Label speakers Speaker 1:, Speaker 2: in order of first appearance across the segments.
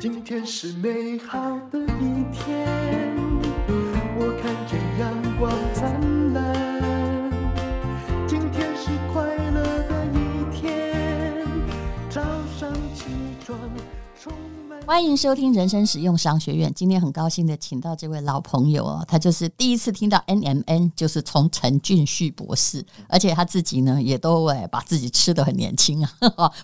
Speaker 1: 今天是美好的一天，我看见阳光灿烂。今天是快乐的一天，早上起床充满。
Speaker 2: 欢迎收听人生实用商学院。今天很高兴的请到这位老朋友哦，他就是第一次听到 NMN，就是从陈俊旭博士，而且他自己呢也都哎把自己吃的很年轻啊。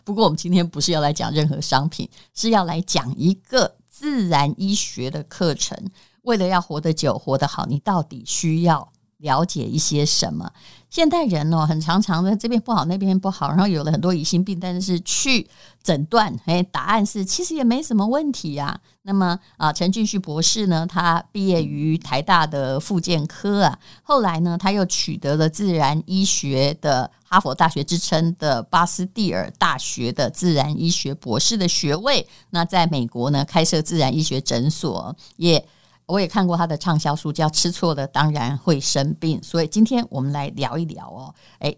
Speaker 2: 不过我们今天不是要来讲任何商品，是要来讲一个自然医学的课程。为了要活得久、活得好，你到底需要了解一些什么？现代人哦，很常常的这边不好那边不好，然后有了很多疑心病，但是去诊断，哎，答案是其实也没什么问题呀、那么啊，陈俊旭博士呢，他毕业于台大的复健科啊，后来呢，他又取得了自然医学的哈佛大学之称的巴斯蒂尔大学的自然医学博士的学位。那在美国呢，开设自然医学诊所也。我也看过他的畅销书，叫《吃错了当然会生病》，所以今天我们来聊一聊哦，诶，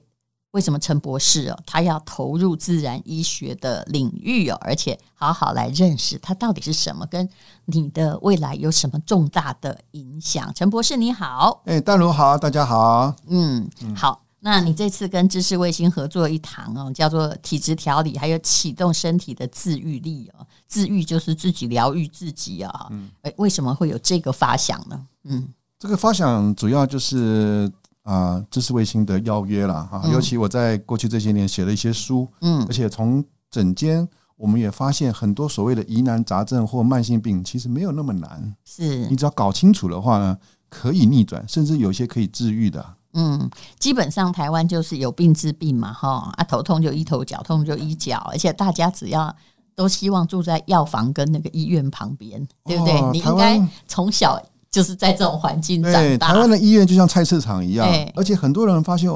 Speaker 2: 为什么陈博士哦，他要投入自然医学的领域哦，而且好好来认识它到底是什么，跟你的未来有什么重大的影响？陈博士你好，
Speaker 3: 哎，丹如好，大家好。
Speaker 2: 嗯，好。那你这次跟知识卫星合作一堂哦，叫做体质调理，还有启动身体的自愈力哦。自愈就是自己疗愈自己啊、哦。诶为什么会有这个发想呢？嗯
Speaker 3: 这个发想主要就是啊、知识卫星的邀约啦，哈、
Speaker 2: 嗯
Speaker 3: 尤其我在过去这些年写了一些书，
Speaker 2: 嗯
Speaker 3: 而且从整间我们也发现，很多所谓的疑难杂症或慢性病，其实没有那么难。
Speaker 2: 是
Speaker 3: 你，只要搞清楚的话呢，可以逆转，甚至有些可以治愈的。
Speaker 2: 嗯，基本上台湾就是有病治病嘛，哈啊，头痛就医头，脚痛就医脚，而且大家只要都希望住在药房跟那个医院旁边，对不对？
Speaker 3: 哦
Speaker 2: 你
Speaker 3: 台
Speaker 2: 应
Speaker 3: 湾
Speaker 2: 该从小就是在这种环境
Speaker 3: 对，
Speaker 2: 长
Speaker 3: 台
Speaker 2: 大，
Speaker 3: 湾的医院就像菜市场一样
Speaker 2: 对，
Speaker 3: 而且很多人发现，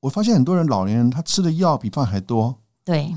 Speaker 3: 我发现很多人老年人他吃的药比饭还多。
Speaker 2: 对，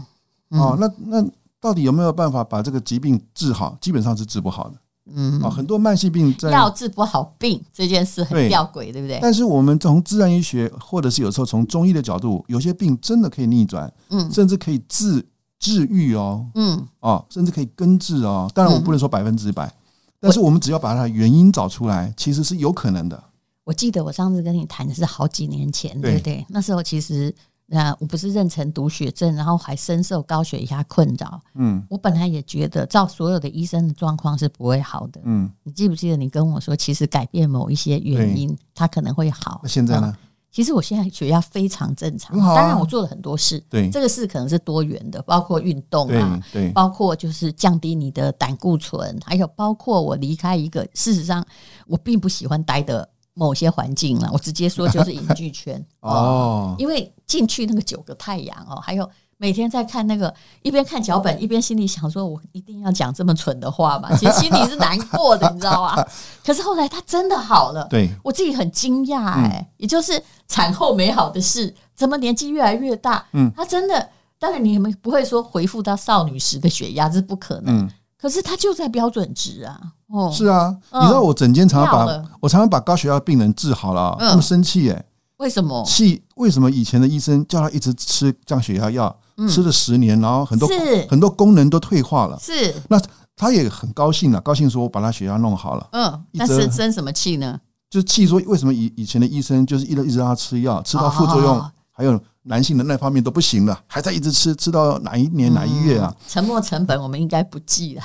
Speaker 2: 嗯
Speaker 3: 哦，那那到底有没有办法把这个疾病治好？基本上是治不好的。
Speaker 2: 嗯，
Speaker 3: 啊，很多慢性病在，
Speaker 2: 药治不好病这件事很
Speaker 3: 对
Speaker 2: 吊诡，对不对？
Speaker 3: 但是我们从自然医学，或者是有时候从中医的角度，有些病真的可以逆转，
Speaker 2: 嗯
Speaker 3: 甚至可以治治愈哦，
Speaker 2: 嗯，
Speaker 3: 啊，甚至可以根治哦。当然，我
Speaker 2: 嗯
Speaker 3: 不能说百分之百，但是我们只要把它的原因找出来，其实是有可能的。
Speaker 2: 我记得我上次跟你谈的是好几年前，对
Speaker 3: 对
Speaker 2: 不对？那时候其实。那我不是妊娠毒血症，然后还深受高血压困扰。
Speaker 3: 嗯
Speaker 2: 我本来也觉得，照所有的医生的状况是不会好的。
Speaker 3: 嗯，
Speaker 2: 你记不记得你跟我说，其实改变某一些原因，它可能会好
Speaker 3: 那。现在呢？
Speaker 2: 其实我现在血压非常正常，
Speaker 3: 很好啊
Speaker 2: 当然我做了很多事，
Speaker 3: 对
Speaker 2: 这个事可能是多元的，包括运动
Speaker 3: 对
Speaker 2: 啊，
Speaker 3: 对
Speaker 2: 包括就是降低你的胆固醇，还有包括我离开一个，事实上我并不喜欢待的某些环境了，我直接说就是影剧圈
Speaker 3: 哦，
Speaker 2: 因为进去那个九个太阳哦，还有每天在看那个，一边看脚本，一边心里想说，我一定要讲这么蠢的话嘛，其实心里是难过的，你知道吗？ 可是后来他真的好了，
Speaker 3: 对
Speaker 2: 我自己很惊讶
Speaker 3: 嗯
Speaker 2: 哎，也就是产后美好的事，怎么年纪越来越大？
Speaker 3: 嗯
Speaker 2: 他真的，当然你们不会说回复到少女时的血压，这是不可能，
Speaker 3: 嗯，
Speaker 2: 可是他就在标准值啊，哦，
Speaker 3: 是啊。
Speaker 2: 嗯
Speaker 3: 你知道我整间常常
Speaker 2: 要
Speaker 3: 把
Speaker 2: 了
Speaker 3: 我常常把高血压病人治好了啊，
Speaker 2: 嗯哦
Speaker 3: 他们生气耶。
Speaker 2: 为什么？
Speaker 3: 气为什么以前的医生叫他一直吃降血压药，吃了十年，然后很多
Speaker 2: 嗯是啊
Speaker 3: 很多功能都退化了。
Speaker 2: 是，
Speaker 3: 那他也很高兴了，高兴说我把他血压弄好了，
Speaker 2: 嗯，
Speaker 3: 一
Speaker 2: 那
Speaker 3: 则
Speaker 2: 是生什么气呢？
Speaker 3: 就气说为什么以以前的医生就是一直一直让他吃药，吃到副作用，
Speaker 2: 哦
Speaker 3: 还有男性的那方面都不行了，还在一直吃，吃到哪一
Speaker 2: 嗯
Speaker 3: 年哪一月啊？
Speaker 2: 沉没成本我们应该不计了。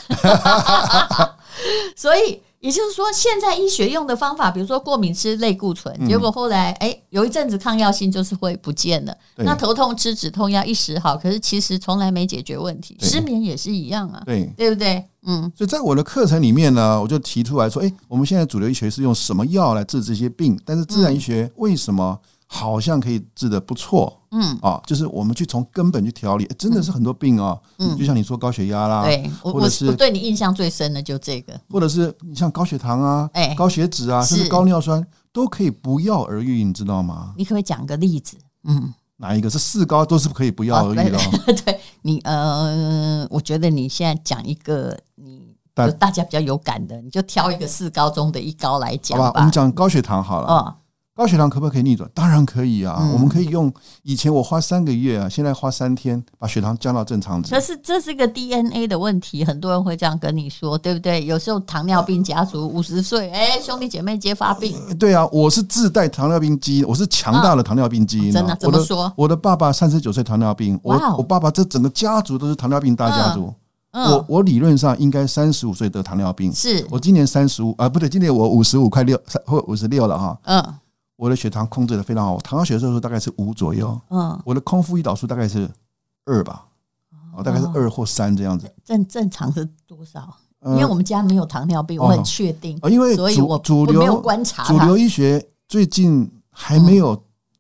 Speaker 2: 所以也就是说，现在医学用的方法，比如说过敏吃类固醇，
Speaker 3: 嗯
Speaker 2: 结果后来哎、有一阵子抗药性就是会不见了。
Speaker 3: 对
Speaker 2: 那头痛吃止痛药一时好，可是其实从来没解决问题。
Speaker 3: 对
Speaker 2: 失眠也是一样啊，
Speaker 3: 对，
Speaker 2: 对不对？嗯
Speaker 3: 所以在我的课程里面呢，我就提出来说，哎，我们现在主流医学是用什么药来治这些病，但是自然医学为什么好像可以治得不错？
Speaker 2: 嗯，
Speaker 3: 啊，就是我们去从根本去调理，诶真的是很多病啊，
Speaker 2: 嗯
Speaker 3: 就像你说高血压啦，，
Speaker 2: 对我
Speaker 3: 啊或
Speaker 2: 我
Speaker 3: 者是
Speaker 2: 我对你印象最深的就这个，
Speaker 3: 或者是你像高血糖啊、
Speaker 2: 哎
Speaker 3: 高血脂啊，甚
Speaker 2: 是
Speaker 3: 至高尿酸都可以不药而愈，你知道吗？
Speaker 2: 你可不可以讲个例子？嗯，
Speaker 3: 哪一个是四高都是可以不药而愈 的、哦，
Speaker 2: 对对你呃，我觉得你现在讲一个你
Speaker 3: 但
Speaker 2: 就大家比较有感的，你就挑一个四高中的一高来讲
Speaker 3: 好吧？我们讲高血糖好了，
Speaker 2: 哦，
Speaker 3: 高血糖可不可以逆转？当然可以啊！
Speaker 2: 嗯
Speaker 3: 我们可以用以前我花三个月啊，现在花三天把血糖降到正常值
Speaker 2: 可。是这是一个 DNA 的问题，很多人会这样跟你说，对不对？有时候糖尿病家族五十岁，哎，兄弟姐妹皆发病，
Speaker 3: 对啊，我是自带糖尿病基因，我是强大的糖尿病基因、啊
Speaker 2: 哦真的怎
Speaker 3: 我
Speaker 2: 么
Speaker 3: 的
Speaker 2: 说？
Speaker 3: 我的爸爸三十九岁糖尿病，我
Speaker 2: 哇哦
Speaker 3: 我爸爸这整个家族都是糖尿病大家族。我
Speaker 2: 嗯，
Speaker 3: 我理论上应该三十五岁得糖尿病，
Speaker 2: 是，
Speaker 3: 我今年三十五啊，不对，今年我五十五快六三或五十六了哈。
Speaker 2: 嗯
Speaker 3: 我的血糖控制的非常好，我糖化血色素大概是五左右，
Speaker 2: 嗯，
Speaker 3: 我的空腹胰岛素大概是二吧，哦，大概是二或三这样子。
Speaker 2: 正正常是多少？
Speaker 3: 呃
Speaker 2: 因为我们家没有糖尿病，
Speaker 3: 哦
Speaker 2: 我很确定，
Speaker 3: 啊，因为
Speaker 2: 所以
Speaker 3: 主
Speaker 2: 我
Speaker 3: 主
Speaker 2: 我没有
Speaker 3: 流
Speaker 2: 观察
Speaker 3: 主
Speaker 2: 它
Speaker 3: 流医学最近还没有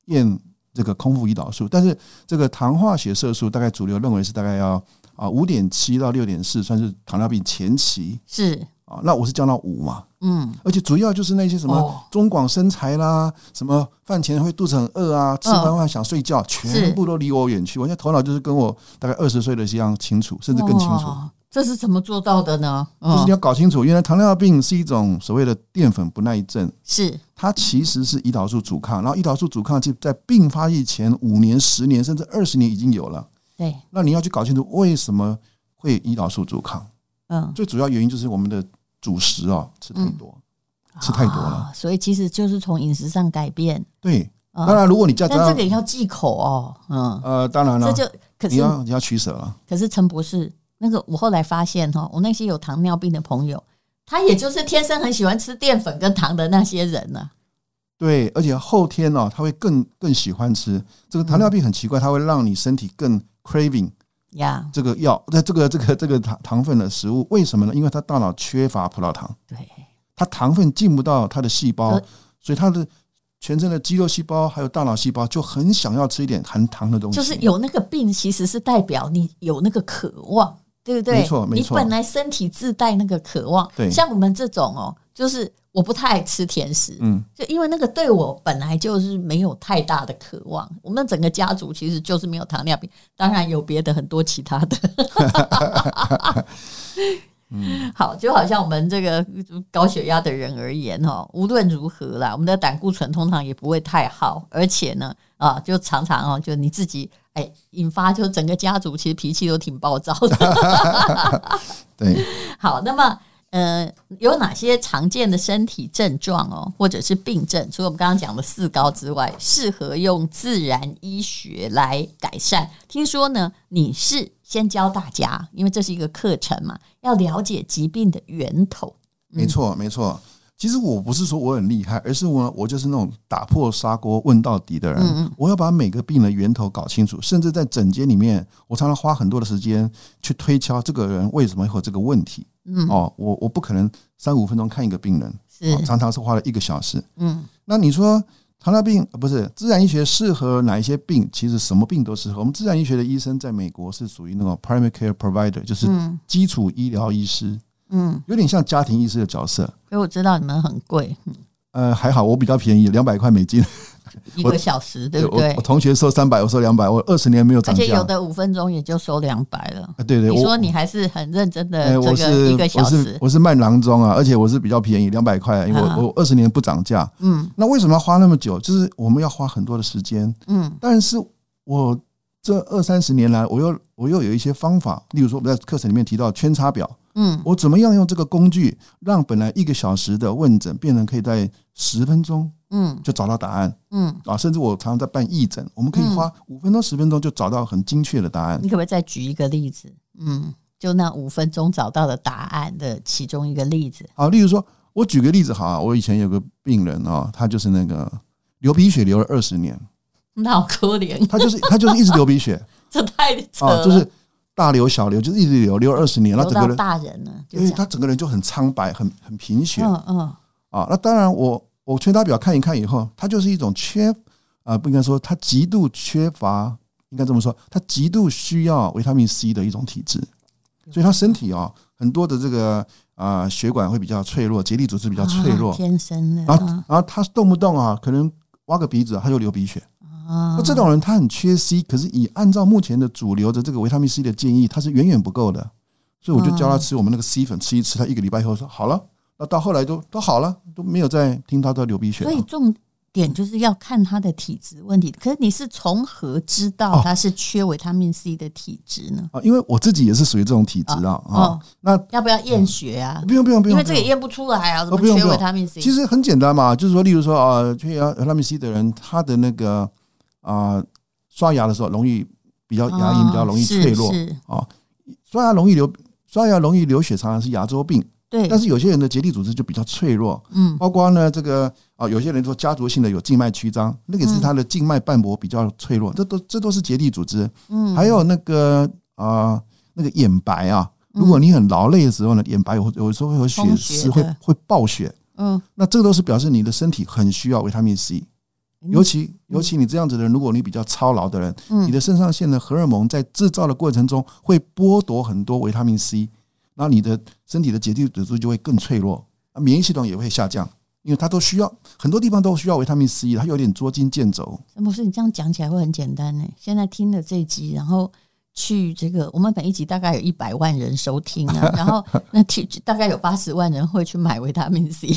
Speaker 3: 验这个空腹胰岛素，但是这个糖化血色素大概主流认为是大概要啊五点七到六点四，算是糖尿病前期
Speaker 2: 是，
Speaker 3: 啊。那我是降到五嘛，
Speaker 2: 嗯，
Speaker 3: 而且主要就是那些什么
Speaker 2: 哦
Speaker 3: 中广身材啦，什么饭前会肚子很饿
Speaker 2: 嗯
Speaker 3: 啊，吃完饭想睡觉，全部都离我远去。我现在头脑就是跟我大概二十岁的一样清楚，甚至更清楚。
Speaker 2: 哇，哦这是怎么做到的呢？
Speaker 3: 就是你
Speaker 2: 嗯，
Speaker 3: 要搞清楚，原来糖尿病是一种所谓的淀粉不耐症，
Speaker 2: 是，
Speaker 3: 它其实是胰岛素阻抗，然后胰岛素阻抗就在病发疫前五年、十年甚至二十年已经有了。
Speaker 2: 对，
Speaker 3: 那你要去搞清楚为什么会胰岛素阻抗，
Speaker 2: 嗯，
Speaker 3: 最主要原因就是我们的主食哦吃太多，吃太多了。
Speaker 2: 啊所以其实就是从饮食上改变。
Speaker 3: 对，
Speaker 2: 啊
Speaker 3: 当然如果你再加
Speaker 2: 但这
Speaker 3: 上
Speaker 2: 个也要忌口哦，嗯，
Speaker 3: 呃，当然
Speaker 2: 这
Speaker 3: 了，
Speaker 2: 就可是
Speaker 3: 你要你要取舍啊了。
Speaker 2: 可是陈博士，那个我后来发现哈、我那些有糖尿病的朋友，他也就是天生很喜欢吃淀粉跟糖的那些人呢、
Speaker 3: 对，而且后天哦，他会更更喜欢吃这个
Speaker 2: 嗯
Speaker 3: 糖尿病很奇怪，它会让你身体更 craving
Speaker 2: 呀，
Speaker 3: 这个药，那这个这个这个糖糖分的食物，为什么呢？因为它大脑缺乏葡萄糖。
Speaker 2: 对，
Speaker 3: 它糖分进不到它的细胞
Speaker 2: 呃，
Speaker 3: 所以它的全身的肌肉细胞还有大脑细胞就很想要吃一点含糖的东西。
Speaker 2: 就是有那个病，其实是代表你有那个渴望，对不对？
Speaker 3: 没错没错
Speaker 2: 你本来身体自带那个渴望。
Speaker 3: 对
Speaker 2: 像我们这种哦，就是我不太爱吃甜食，
Speaker 3: 嗯，
Speaker 2: 就因为那个对我本来就是没有太大的渴望。我们整个家族其实就是没有糖尿病，当然有别的很多其他的。
Speaker 3: 嗯
Speaker 2: 好，就好像我们这个高血压的人而言哦，无论如何啦，我们的胆固醇通常也不会太好，而且呢，啊，就常常哦，就你自己哎，引发就整个家族其实脾气都挺暴躁的。
Speaker 3: 对，
Speaker 2: 好，那么。呃，有哪些常见的身体症状哦，或者是病症？除了我们刚刚讲的四高之外，适合用自然医学来改善。听说呢，你是先教大家，因为这是一个课程嘛，要了解疾病的源头。
Speaker 3: 没错，没错。其实我不是说我很厉害，而是我我就是那种打破砂锅问到底的人。
Speaker 2: 嗯
Speaker 3: 我要把每个病的源头搞清楚，甚至在诊间里面，我常常花很多的时间去推敲这个人为什么会有这个问题。
Speaker 2: 嗯，
Speaker 3: 哦，我我不可能三五分钟看一个病人，
Speaker 2: 是
Speaker 3: 哦，常常是花了一个小时。
Speaker 2: 嗯，
Speaker 3: 那你说糖尿病呃不是自然医学适合哪一些病？其实什么病都适合。我们自然医学的医生在美国是属于那种 primary care provider，就是
Speaker 2: 嗯
Speaker 3: 基础医疗医师，
Speaker 2: 嗯，
Speaker 3: 有点像家庭医师的角色。
Speaker 2: 所以我知道你们很贵，嗯
Speaker 3: 呃，还好我比较便宜，两百块美金，
Speaker 2: 一个小时，对不
Speaker 3: 我
Speaker 2: 对
Speaker 3: 我？同学收三百，我收两百，我二十年没有
Speaker 2: 而
Speaker 3: 涨
Speaker 2: 且
Speaker 3: 价
Speaker 2: 有。的五分钟也就收两百了。
Speaker 3: 啊，对
Speaker 2: 你
Speaker 3: 对，我
Speaker 2: 说你还是很认真的
Speaker 3: 哎，
Speaker 2: 这
Speaker 3: 我
Speaker 2: 个
Speaker 3: 是
Speaker 2: 一个小
Speaker 3: 我是
Speaker 2: 时，
Speaker 3: 我是卖郎中啊，而且我是比较便宜，两百块，因为
Speaker 2: 啊
Speaker 3: 我我二十年不涨价。
Speaker 2: 嗯
Speaker 3: 那为什么要花那么久？就是我们要花很多的时间，
Speaker 2: 嗯
Speaker 3: 但是我这二三十年来，我又我又有一些方法，例如说我们在课程里面提到圈叉表，
Speaker 2: 嗯，
Speaker 3: 我怎么样用这个工具，让本来一个小时的问诊变成可以在十分钟
Speaker 2: 嗯
Speaker 3: 就找到答案
Speaker 2: 嗯，
Speaker 3: 啊！甚至我常常在办义诊，我们可以花五分钟、十分钟就找到很精确的答案
Speaker 2: 你。可不可以再举一个例子？嗯，就那五分钟找到的答案的其中一个例子。
Speaker 3: 好，啊例如说，我举个例子好啊，我以前有个病人啊，他就是那个流鼻血流了二十年，
Speaker 2: 那好可怜，
Speaker 3: 他就是他就是一直流鼻 血
Speaker 2: 这太扯
Speaker 3: 啊，
Speaker 2: 了，
Speaker 3: 就是大流小流，就是一直流流了二十年，那
Speaker 2: 留
Speaker 3: 整个
Speaker 2: 到
Speaker 3: 人
Speaker 2: 大人了，就
Speaker 3: 因为
Speaker 2: 这
Speaker 3: 他
Speaker 2: 样。
Speaker 3: 整个人就很苍白、很很贫血、
Speaker 2: 嗯嗯
Speaker 3: 啊。那当然我，我圈他表看一看以后，他就是一种缺啊、不应该说他极度缺乏，应该这么说，他极度需要维他命 C 的一种体质，所以他身体啊、很多的这个啊、血管会比较脆弱，结缔组织比较脆弱，
Speaker 2: 啊天生的
Speaker 3: 然后
Speaker 2: 啊
Speaker 3: 然后他动不动啊可能。挖个鼻子啊，他就流鼻血。
Speaker 2: 啊
Speaker 3: 那这种人他很缺 C，可是以按照目前的主流的这个维他命 C 的建议，他是远远不够的。所以我就教他吃我们那个
Speaker 2: 啊
Speaker 3: C 粉，吃一吃，他一个礼拜以后说好了。那到后来都都好了，都没有再听他在流鼻血
Speaker 2: 所以
Speaker 3: 了。
Speaker 2: 重点就是要看他的体质问题。可是你是从何知道
Speaker 3: 哦
Speaker 2: 他是缺维他命 C 的体质呢？
Speaker 3: 啊，因为我自己也是属于这种体质啊
Speaker 2: 哦
Speaker 3: 啊
Speaker 2: 哦，
Speaker 3: 那
Speaker 2: 要不要验血啊？
Speaker 3: 不用不用不
Speaker 2: 因
Speaker 3: 用，
Speaker 2: 为这
Speaker 3: 哦不
Speaker 2: 个
Speaker 3: 用
Speaker 2: 也验不出来啊，怎
Speaker 3: 哦
Speaker 2: 么
Speaker 3: 不用
Speaker 2: 缺
Speaker 3: 不
Speaker 2: 维
Speaker 3: 用
Speaker 2: 他命 C？
Speaker 3: 其实很简单嘛，就是说，例如说啊，缺氧维他命 C 的人，他的那个啊、刷牙的时候容易比较牙龈比较容易
Speaker 2: 哦是
Speaker 3: 脆弱
Speaker 2: 是
Speaker 3: 啊、刷牙容易流刷牙容易流血，常常是牙周病，
Speaker 2: 对，
Speaker 3: 但是有些人的结缔组织就比较脆弱，
Speaker 2: 嗯
Speaker 3: 包括呢这个啊、有些人说家族性的有静脉曲张，那个也是
Speaker 2: 嗯
Speaker 3: 他的静脉瓣膜比较脆弱，这都这都是结缔组织，
Speaker 2: 嗯，
Speaker 3: 还有那个啊、那个眼白啊。如果你很劳累的时候呢，眼白有有时候会有血
Speaker 2: 嗯充血
Speaker 3: 丝，会
Speaker 2: 的
Speaker 3: 会爆血，
Speaker 2: 嗯，
Speaker 3: 那这都是表示你的身体很需要维他命 C，
Speaker 2: 嗯
Speaker 3: 尤其尤其你这样子的人，如果你比较操劳的人，
Speaker 2: 嗯
Speaker 3: 你的肾上腺的荷尔蒙在制造的过程中会剥夺很多维他命 C，那你的身体的结缔指数就会更脆弱，啊免疫系统也会下降，因为它都需要很多地方都需要维他命 C，它有点捉襟见肘。
Speaker 2: 不是你这样讲起来会很简单呢。现在听了这一集，然后去这个，我们每一集大概有一百万人收听 啊，然后那听大概有八十万人会去买维他命 C。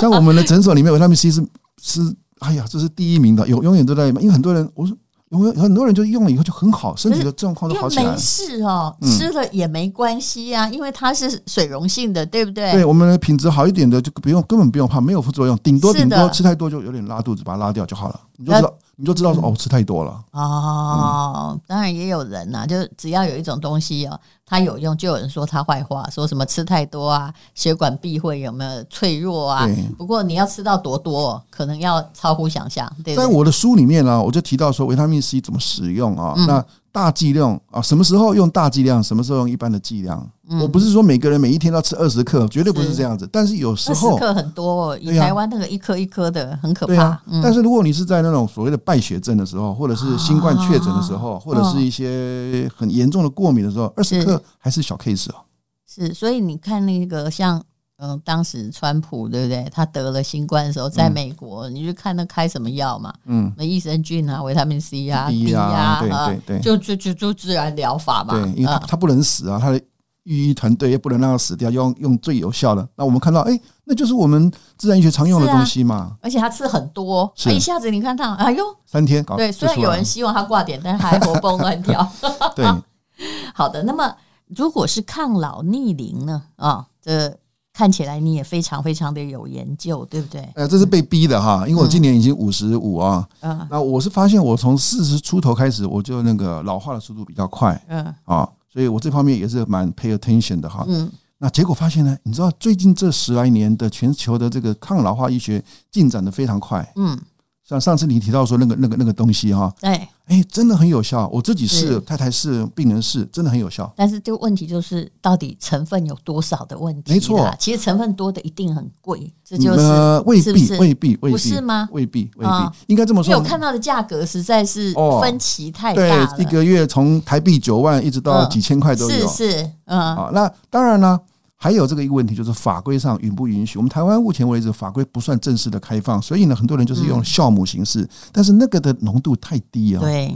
Speaker 3: 像我们的诊所里面维他命 C 是是，哎呀，这是第一名的，有永远都在，因为很多人我说。有没有很多人就用了以后就很好，身体的状哦况都
Speaker 2: 因
Speaker 3: 好
Speaker 2: 为
Speaker 3: 起来
Speaker 2: 没
Speaker 3: 了。
Speaker 2: 事哦，
Speaker 3: 嗯
Speaker 2: 吃了也没关系啊，因为它是水溶性的，对不对？
Speaker 3: 对我们的品质好一点的，就不用根本不用怕，没有副作用，顶多
Speaker 2: 是的
Speaker 3: 顶多吃太多就有点拉肚子，把它拉掉就好了。你就知道，你就知道说哦，我吃太多了。
Speaker 2: 哦，
Speaker 3: 嗯
Speaker 2: 当然也有人呐、啊就只要有一种东西哦，它有用，就有人说它坏话，说什么吃太多啊，血管壁会有没有脆弱啊
Speaker 3: 对？
Speaker 2: 不过你要吃到多多，可能要超乎想象，对不
Speaker 3: 在
Speaker 2: 对？
Speaker 3: 我的书里面呢、啊我就提到说维他命 C 怎么使用啊，
Speaker 2: 嗯
Speaker 3: 那大剂量啊，什么时候用大剂量，什么时候用一般的剂量。
Speaker 2: 嗯
Speaker 3: 我不是说每个人每一天都要吃二十克，绝对不是
Speaker 2: 是
Speaker 3: 这样子。但是有时
Speaker 2: 嗯二十
Speaker 3: 候，
Speaker 2: 克很多、哦，以
Speaker 3: 对啊
Speaker 2: 台湾那个一颗一颗的很可
Speaker 3: 对
Speaker 2: 怕。嗯
Speaker 3: 啊，但是如果你是在那种所谓的败血症的时候，或者是新冠确诊的时候，或者是一些很严重的过敏的时候，二十
Speaker 2: 啊是
Speaker 3: 克还是小 case 哦。
Speaker 2: 是，所以你看那个像嗯、呃当时川普对不对？他得了新冠的时候，在美国，你去看那开什么药嘛？
Speaker 3: 嗯，
Speaker 2: 那益生菌啊、维他命 C 啊、
Speaker 3: D
Speaker 2: D
Speaker 3: 啊
Speaker 2: 啊，
Speaker 3: 对
Speaker 2: 啊
Speaker 3: 对对
Speaker 2: 就就就就自然疗法嘛。
Speaker 3: 对，因为他
Speaker 2: 啊
Speaker 3: 他不能死啊，他的御医团队也不能让他死掉，要用用最有效的。那我们看到，哎、那就是我们自然医学常用的东西嘛，
Speaker 2: 而且他吃很多，
Speaker 3: 是
Speaker 2: 他一下子你看他，哎呦，
Speaker 3: 三天搞
Speaker 2: 对，
Speaker 3: 就
Speaker 2: 虽然
Speaker 3: 出来
Speaker 2: 有人
Speaker 3: 了
Speaker 2: 希望他挂点，但是还活蹦乱 跳。
Speaker 3: 对，哎
Speaker 2: 好的，那么如果是抗老逆龄呢？啊、这看起来你也非常非常的有研究，对不对？
Speaker 3: 呃，这是被逼的哈，因为我今年已经五十五啊，
Speaker 2: 嗯
Speaker 3: 那我是发现我从四十出头开始，我就那个老化的速度比较快
Speaker 2: 嗯
Speaker 3: 啊，所以我这方面也是蛮 pay attention 的哈。
Speaker 2: 嗯，
Speaker 3: 那结果发现呢，你知道最近这十来年的全球的这个抗老化医学进展的非常快，
Speaker 2: 嗯，
Speaker 3: 像上次你提到说那个那个那个东西哈，
Speaker 2: 对。
Speaker 3: 哎、真的很有效。我自己试，
Speaker 2: 是
Speaker 3: 太太试，病人试，真的很有效。
Speaker 2: 但是这个问题就是，到底成分有多少的问题啦？
Speaker 3: 没错
Speaker 2: 其实成分多的一定很贵，这就是
Speaker 3: 呃未
Speaker 2: 是
Speaker 3: 必
Speaker 2: 不是
Speaker 3: 未必未必
Speaker 2: 不是吗
Speaker 3: 未必未必，
Speaker 2: 啊
Speaker 3: 应该这么
Speaker 2: 因为
Speaker 3: 说。
Speaker 2: 我看到的价格实在是
Speaker 3: 哦
Speaker 2: 分歧太大了，
Speaker 3: 对，一个月从台币九万一直到
Speaker 2: 嗯
Speaker 3: 几千块都有。
Speaker 2: 是是，嗯
Speaker 3: 啊，那当然呢，还有这个一个问题就是法规上允不允许？我们台湾目前为止法规不算正式的开放，所以呢，很多人就是用酵母形式，但是那个的浓度太低
Speaker 2: 嗯
Speaker 3: 啊。
Speaker 2: 对，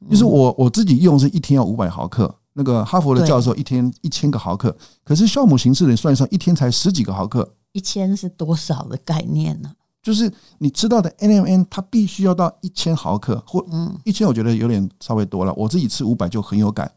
Speaker 2: 嗯
Speaker 3: 就是我我自己用是一天要五百毫克，那个哈佛的
Speaker 2: 对
Speaker 3: 教授一天一千个毫克，可是酵母形式的算一算，一天才十几个毫克。
Speaker 2: 一千是多少的概念呢？
Speaker 3: 就是你吃到的 N M N，它必须要到一千毫克或
Speaker 2: 嗯
Speaker 3: 一千，我觉得有点稍微多了。我自己吃五百就很有感。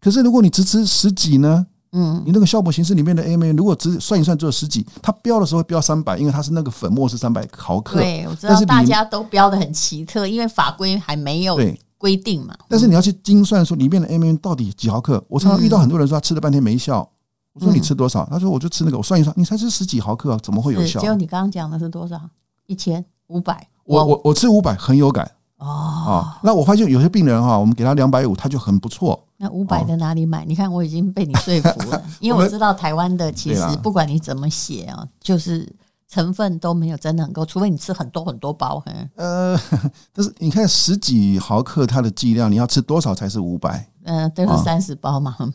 Speaker 3: 可是如果你只吃十几呢？
Speaker 2: 嗯，
Speaker 3: 你那个酵母形式里面的 M N，如果只算一算只有十几，它标的时候会标三百，因为它是那个粉末是三百毫克。
Speaker 2: 对，我知
Speaker 3: 但
Speaker 2: 道
Speaker 3: 是
Speaker 2: 大
Speaker 3: 里
Speaker 2: 家都标的很奇特，因为法规还没有
Speaker 3: 对，
Speaker 2: 规定嘛。
Speaker 3: 但是你要去精算说里面的 M N 到底几毫克。
Speaker 2: 嗯
Speaker 3: 我常常遇到很多人说他吃了半天没效，我说你吃多少？他说我就吃那个，我算一算，你才吃十几毫克啊，怎么会有
Speaker 2: 是，
Speaker 3: 效
Speaker 2: 结？果你刚刚讲的是多少？一千五百。
Speaker 3: 我我我吃五百很有感
Speaker 2: 哦，
Speaker 3: 啊。那我发现有些病人哈，我们给他两百五，他就很不错。
Speaker 2: 那五百
Speaker 3: 哦
Speaker 2: 的哪里买？你看我已经被你说服 了，因为我知道台湾的其实
Speaker 3: 对啊啦
Speaker 2: 不管你怎么写啊，就是成分都没有真的很够，除非你吃很多很多包。嗯
Speaker 3: 呃， 但是你看十几毫克它的剂量，你要吃多少才是五百？
Speaker 2: 嗯，都是
Speaker 3: 哦
Speaker 2: 三十包嘛， 哼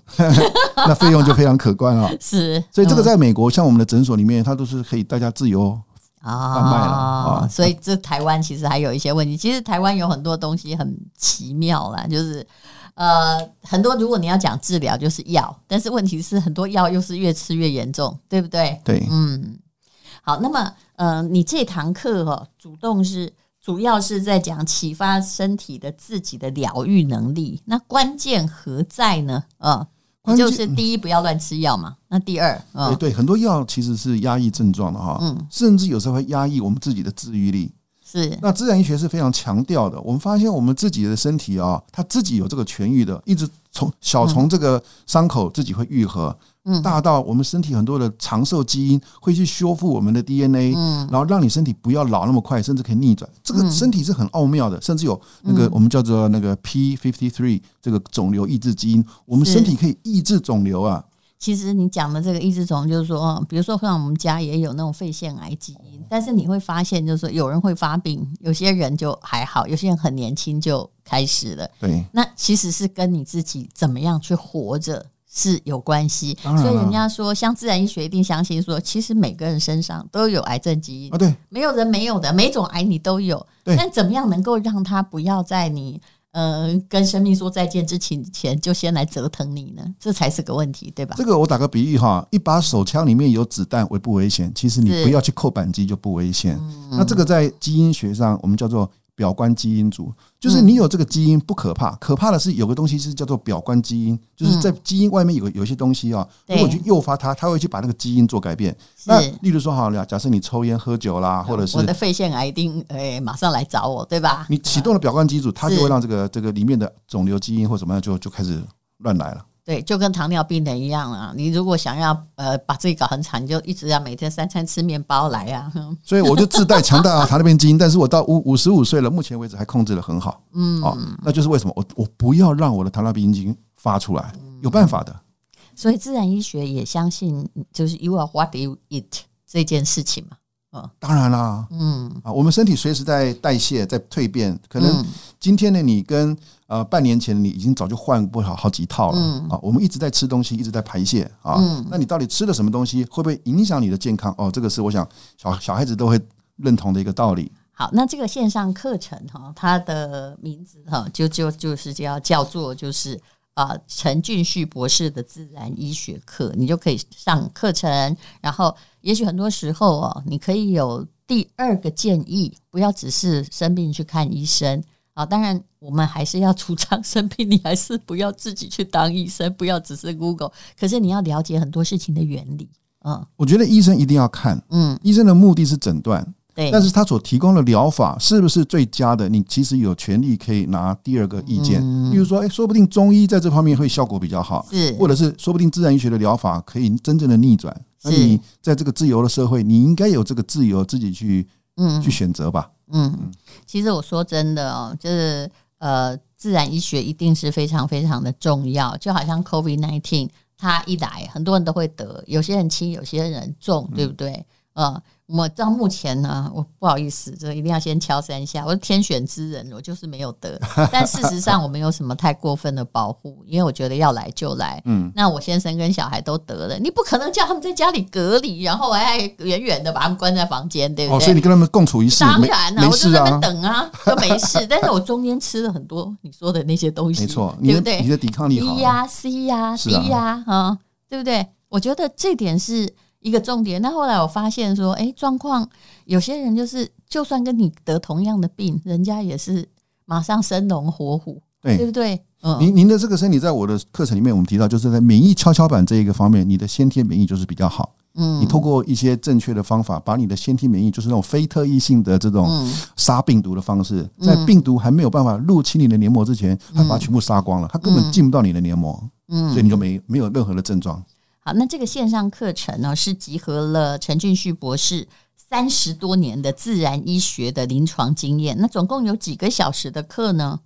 Speaker 3: 那费用就非常可观了、
Speaker 2: 是。
Speaker 3: 所以这个
Speaker 2: 嗯
Speaker 3: 在美国，像我们的诊所里面，它都是可以大家自由。卖了
Speaker 2: 啊
Speaker 3: 啊
Speaker 2: 所以这台湾其实还有一些问题。其实台湾有很多东西很奇妙啦，就是呃，很多如果你要讲治疗，就是药，但是问题是很多药又是越吃越严重，对不对？
Speaker 3: 对，
Speaker 2: 嗯，好，那么嗯、呃，你这堂课哦，主动是主要是在讲启发身体的自己的疗愈能力。那关键何在呢？啊、
Speaker 3: 关键
Speaker 2: 就是第一不要乱吃药嘛。那第二，
Speaker 3: 对
Speaker 2: 嗯，
Speaker 3: 对，很多药其实是压抑症状的哈，
Speaker 2: 嗯
Speaker 3: 甚至有时候会压抑我们自己的治愈力。
Speaker 2: 是
Speaker 3: 那自然医学是非常强调的，我们发现我们自己的身体啊，它自己有这个痊愈的，一直从小从这个伤口自己会愈合，
Speaker 2: 嗯
Speaker 3: 大到我们身体很多的长寿基因会去修复我们的 DNA，、
Speaker 2: 嗯
Speaker 3: 然后让你身体不要老那么快，甚至可以逆转。这个身体是很奥妙的，甚至有那
Speaker 2: 嗯
Speaker 3: 个我们叫做那个 P fifty three 这个肿瘤抑制基因，我们
Speaker 2: 是
Speaker 3: 身体可以抑制肿瘤啊。
Speaker 2: 其实你讲的这个抑制肿，就是说，嗯比如说像我们家也有那种肺腺癌基因，但是你会发现，就是说有人会发病，有些人就还好，有些人很年轻就开始了。
Speaker 3: 对，
Speaker 2: 那其实是跟你自己怎么样去活着是有关系。
Speaker 3: 当然
Speaker 2: 所以
Speaker 3: 了
Speaker 2: 人家说，像自然医学一定相信说，其实每个人身上都有癌症基因
Speaker 3: 啊，，对，
Speaker 2: 没有人没有的，每种癌你都有。
Speaker 3: 对
Speaker 2: 但怎么样能够让它不要在你呃跟生命说再见之前前就先来折腾你呢？这才是个问题，对吧？
Speaker 3: 这个我打个比喻哈，一把手枪里面有子弹危不危险？其实你
Speaker 2: 是嗯
Speaker 3: 不要去扣扳机就不危险。那这个在基因学上我们叫做表观基因组，就是你有这个基因不可
Speaker 2: 嗯
Speaker 3: 怕，可怕的是有个东西是叫做表观基因，就是在基因外面有有一些东西啊，
Speaker 2: 对
Speaker 3: 如果你去诱发它，它会去把那个基因做改变。
Speaker 2: 是嗯
Speaker 3: 那例如说好了，假设你抽烟喝酒啦，或者是啊
Speaker 2: 我的肺腺癌一定诶、马上来找我，对吧？
Speaker 3: 你启动了表观基因组，它就是会让这个这个里面的肿瘤基因或什么样就就开始乱来了。
Speaker 2: 对，就跟糖尿病的一样啊。你如果想要呃把自己搞很惨，你就一直要每天三餐吃面包来啊。哼
Speaker 3: 所以我就自带强大他那边基因，但是我到五五十五岁了，目前为止还控制的很好。嗯，哦，那就是为什么我我不要让我的糖尿病基因发出来，
Speaker 2: 嗯
Speaker 3: 有办法的。
Speaker 2: 所以自然医学也相信，就是 you are what you eat 这件事情嘛。
Speaker 3: 当然啦，
Speaker 2: 嗯，
Speaker 3: 啊，我们身体随时在代谢，在蜕变。可能
Speaker 2: 嗯
Speaker 3: 今天的你跟呃半年前你已经早就换不好好几套了、
Speaker 2: 嗯
Speaker 3: 啊。我们一直在吃东西，一直在排泄啊。那你到底吃了什么东西，会不会影响你的健康？哦，这个是我想小小孩子都会认同的一个道理。
Speaker 2: 好，那这个线上课程哈，它的名字哈，就就就是叫叫做就是啊、陈俊旭博士的自然医学课，你就可以上课程。然后，也许很多时候哦，你可以有第二个建议，不要只是生病去看医生。啊，当然，我们还是要主张生病，你还是不要自己去当医生，不要只是 Google。可是你要了解很多事情的原理，嗯
Speaker 3: 我觉得医生一定要看，
Speaker 2: 嗯，
Speaker 3: 医生的目的是诊断，
Speaker 2: 对，
Speaker 3: 但是他所提供的疗法是不是最佳的？你其实有权利可以拿第二个意见，比如说，哎、说不定中医在这方面会效果比较好，
Speaker 2: 嗯是
Speaker 3: 或者是说不定自然医学的疗法可以真正的逆转。那
Speaker 2: 是
Speaker 3: 你在这个自由的社会，你应该有这个自由自己去
Speaker 2: 嗯
Speaker 3: 去选择吧？
Speaker 2: 嗯，其实我说真的哦，就是呃，自然医学一定是非常非常的重要，就好像 COVID nineteen，它一来很多人都会得，有些人轻，有些人重，
Speaker 3: 嗯
Speaker 2: 对不对？呃，我到目前呢，我不好意思，这一定要先敲三下，我是天选之人，我就是没有得。 但事实上，我没有什么太过分的保护，因为我觉得要来就来。
Speaker 3: 嗯，
Speaker 2: 那我先生跟小孩都得了，你不可能叫他们在家里隔离，然后还远远的把他们关在房间，对不
Speaker 3: 哦，
Speaker 2: 对？
Speaker 3: 所以你跟他们共处一室，
Speaker 2: 当
Speaker 3: 没
Speaker 2: 然了、
Speaker 3: 没
Speaker 2: 我就
Speaker 3: 事
Speaker 2: 在那
Speaker 3: 啊
Speaker 2: 边，等啊， 就没事。但是我中间吃了很多你说的那些东西，
Speaker 3: 没错，你
Speaker 2: 对
Speaker 3: 的
Speaker 2: 不对
Speaker 3: 你的抵抗力好啊
Speaker 2: ？B，呀、C 呀、
Speaker 3: 是
Speaker 2: D
Speaker 3: 啊
Speaker 2: 呀、啊，对不对？我觉得这点是一个重点。那后来我发现说，哎，状况有些人就是，就算跟你得同样的病，人家也是马上生龙活虎，对
Speaker 3: 对。
Speaker 2: 不对？嗯，
Speaker 3: 您您的这个身体，在我的课程里面，我们提到，就是在免疫跷跷板这一个方面，你的先天免疫就是比较好。
Speaker 2: 嗯
Speaker 3: 你透过一些正确的方法，把你的先天免疫，就是那种非特异性的这种
Speaker 2: 嗯
Speaker 3: 杀病毒的方式，在病毒还没有办法入侵你的黏膜之前，它把它全部杀光了，它根本进不到你的黏膜，
Speaker 2: 嗯
Speaker 3: 所以你就没没有任何的症状。
Speaker 2: 好，那这个线上课程呢，是集合了陈俊旭博士三十多年的自然医学的临床经验。那总共有几个小时的课呢？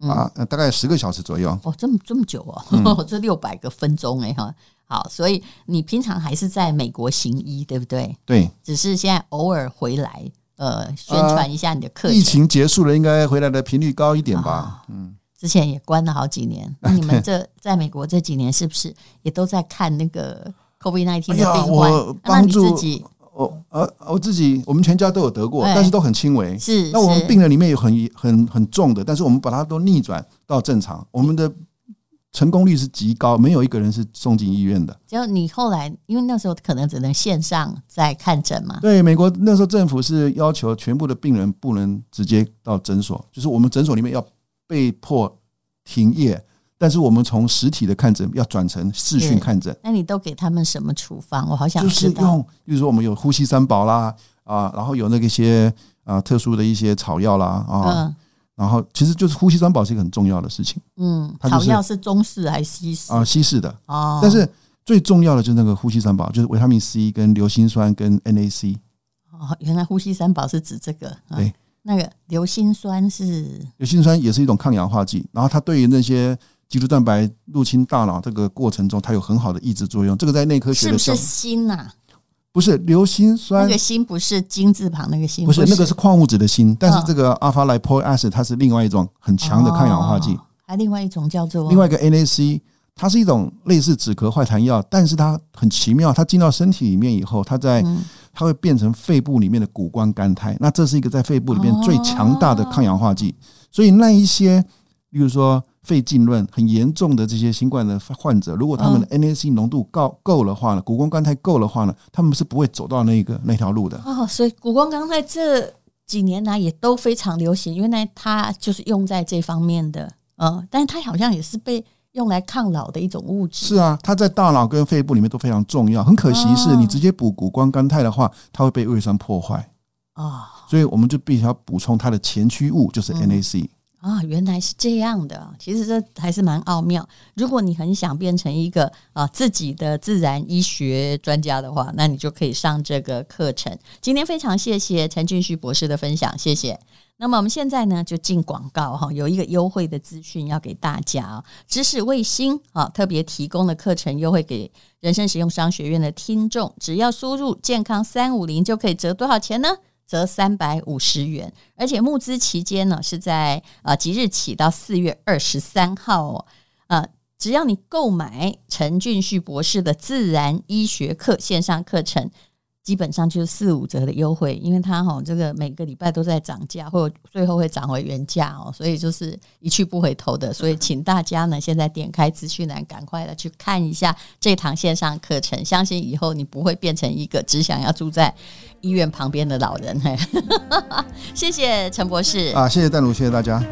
Speaker 2: 嗯
Speaker 3: 啊，呃大概十个小时左右。
Speaker 2: 哦，这么这么久哦，
Speaker 3: 嗯
Speaker 2: 这六百个分钟哎哈。好，所以你平常还是在美国行医，对不对？
Speaker 3: 对，
Speaker 2: 只是现在偶尔回来，呃，宣传一下你的课程。
Speaker 3: 呃疫情结束了，应该回来的频率高一点吧嗯
Speaker 2: 啊？之前也关了好几 年，那你们这在美国这几年是不是也都在看那 个 COVID 1 9的
Speaker 3: 哎呀
Speaker 2: 病患？啊
Speaker 3: 我
Speaker 2: 那
Speaker 3: 帮
Speaker 2: 你
Speaker 3: 助
Speaker 2: 自己
Speaker 3: 我呃，我自己我们全家都有得过，
Speaker 2: 对
Speaker 3: 但是都很轻微。
Speaker 2: 是
Speaker 3: 那我
Speaker 2: 是
Speaker 3: 们病人里面有很很很重的，但是我们把它都逆转到正常，我们的成功率是极高，没有一个人是送进医院的。
Speaker 2: 就你后来，因为那时候可能只能线上在看诊嘛，
Speaker 3: 对，美国那时候政府是要求全部的病人不能直接到诊所，就是我们诊所里面要被迫停业，但是我们从实体的看诊要转成视
Speaker 2: 是
Speaker 3: 讯看诊，
Speaker 2: 那你都给他们什么处方？我好想
Speaker 3: 就
Speaker 2: 知
Speaker 3: 是
Speaker 2: 道。
Speaker 3: 用，比如说我们有呼吸三宝啦，啊，然后有那个一些啊特殊的一些草药啦，啊，
Speaker 2: 嗯
Speaker 3: 然后其实就是呼吸三宝是一个很重要的事情
Speaker 2: 嗯，
Speaker 3: 它就
Speaker 2: 草
Speaker 3: 是
Speaker 2: 药是中式还是西式？
Speaker 3: 啊，西式的，
Speaker 2: 哦，
Speaker 3: 但是最重要的就是那个呼吸三宝，就是维他命 C 跟硫辛酸跟 NAC，
Speaker 2: 哦，原来呼吸三宝是指这个。嗯
Speaker 3: 对，
Speaker 2: 那个硫辛酸是
Speaker 3: 硫辛酸也是一种抗氧化剂，然后它对于那些脊柱蛋白入侵大脑这个过程中，它有很好的抑制作用。这个在内科学
Speaker 2: 是
Speaker 3: 的
Speaker 2: 不
Speaker 3: 效
Speaker 2: 是锌呐、
Speaker 3: 不是硫辛
Speaker 2: 那
Speaker 3: 酸
Speaker 2: 个，锌不是金字旁那个锌，
Speaker 3: 不是那个是矿物质的锌，但是
Speaker 2: 嗯
Speaker 3: 这个 alpha lipoic acid 它是另外一种很强的抗氧化剂
Speaker 2: 哦，还另外一种叫做
Speaker 3: 另外一个 NAC。它是一种类似止咳坏痰药，但是它很奇妙，它进到身体里面以后，它在
Speaker 2: 嗯
Speaker 3: 它会变成肺部里面的谷胱甘肽，那这是一个在肺部里面
Speaker 2: 哦
Speaker 3: 最强大的抗氧化剂。所以那一些，例如说肺浸润很严重的这些新冠的患者，如果他们的 NAC 浓度高够的话呢，谷胱甘肽够的话呢，他们是不会走到那个那条路的。
Speaker 2: 哦，所以谷胱甘肽这几年来也都非常流行，原来它就是用在这方面的，嗯，但是它好像也是被用来抗老的一种物质。
Speaker 3: 是啊，它在大脑跟肺部里面都非常重要。很可惜是
Speaker 2: 哦
Speaker 3: 你直接补谷胱甘肽的话，它会被胃酸破坏，
Speaker 2: 哦
Speaker 3: 所以我们就必须要补充它的前驱物，就是
Speaker 2: 嗯
Speaker 3: NAC。
Speaker 2: 啊、原来是这样的啊，其实这还是蛮奥妙。如果你很想变成一个啊、自己的自然医学专家的话，那你就可以上这个课程。今天非常谢谢陈俊旭博士的分享，谢谢。那么我们现在呢，就进广告哈，有一个优惠的资讯要给大家啊。知识卫星啊特别提供的课程优惠给人生实用商学院的听众，只要输入健康三五零就可以折多少钱呢？折三百五十元，而且募资期间呢是在呃即日起到四月二十三号哦，呃，只要你购买陈俊旭博士的自然医学课线上课程，基本上就是四五折的优惠，因为它哈、这个每个礼拜都在涨价，或最后会涨回原价哦，所以就是一去不回头的。所以请大家呢，现在点开资讯栏，赶快的去看一下这堂线上课程，相信以后你不会变成一个只想要住在 医院旁边的老人。嘿，谢谢陈博士，
Speaker 3: 啊，谢谢淡如，谢谢大家。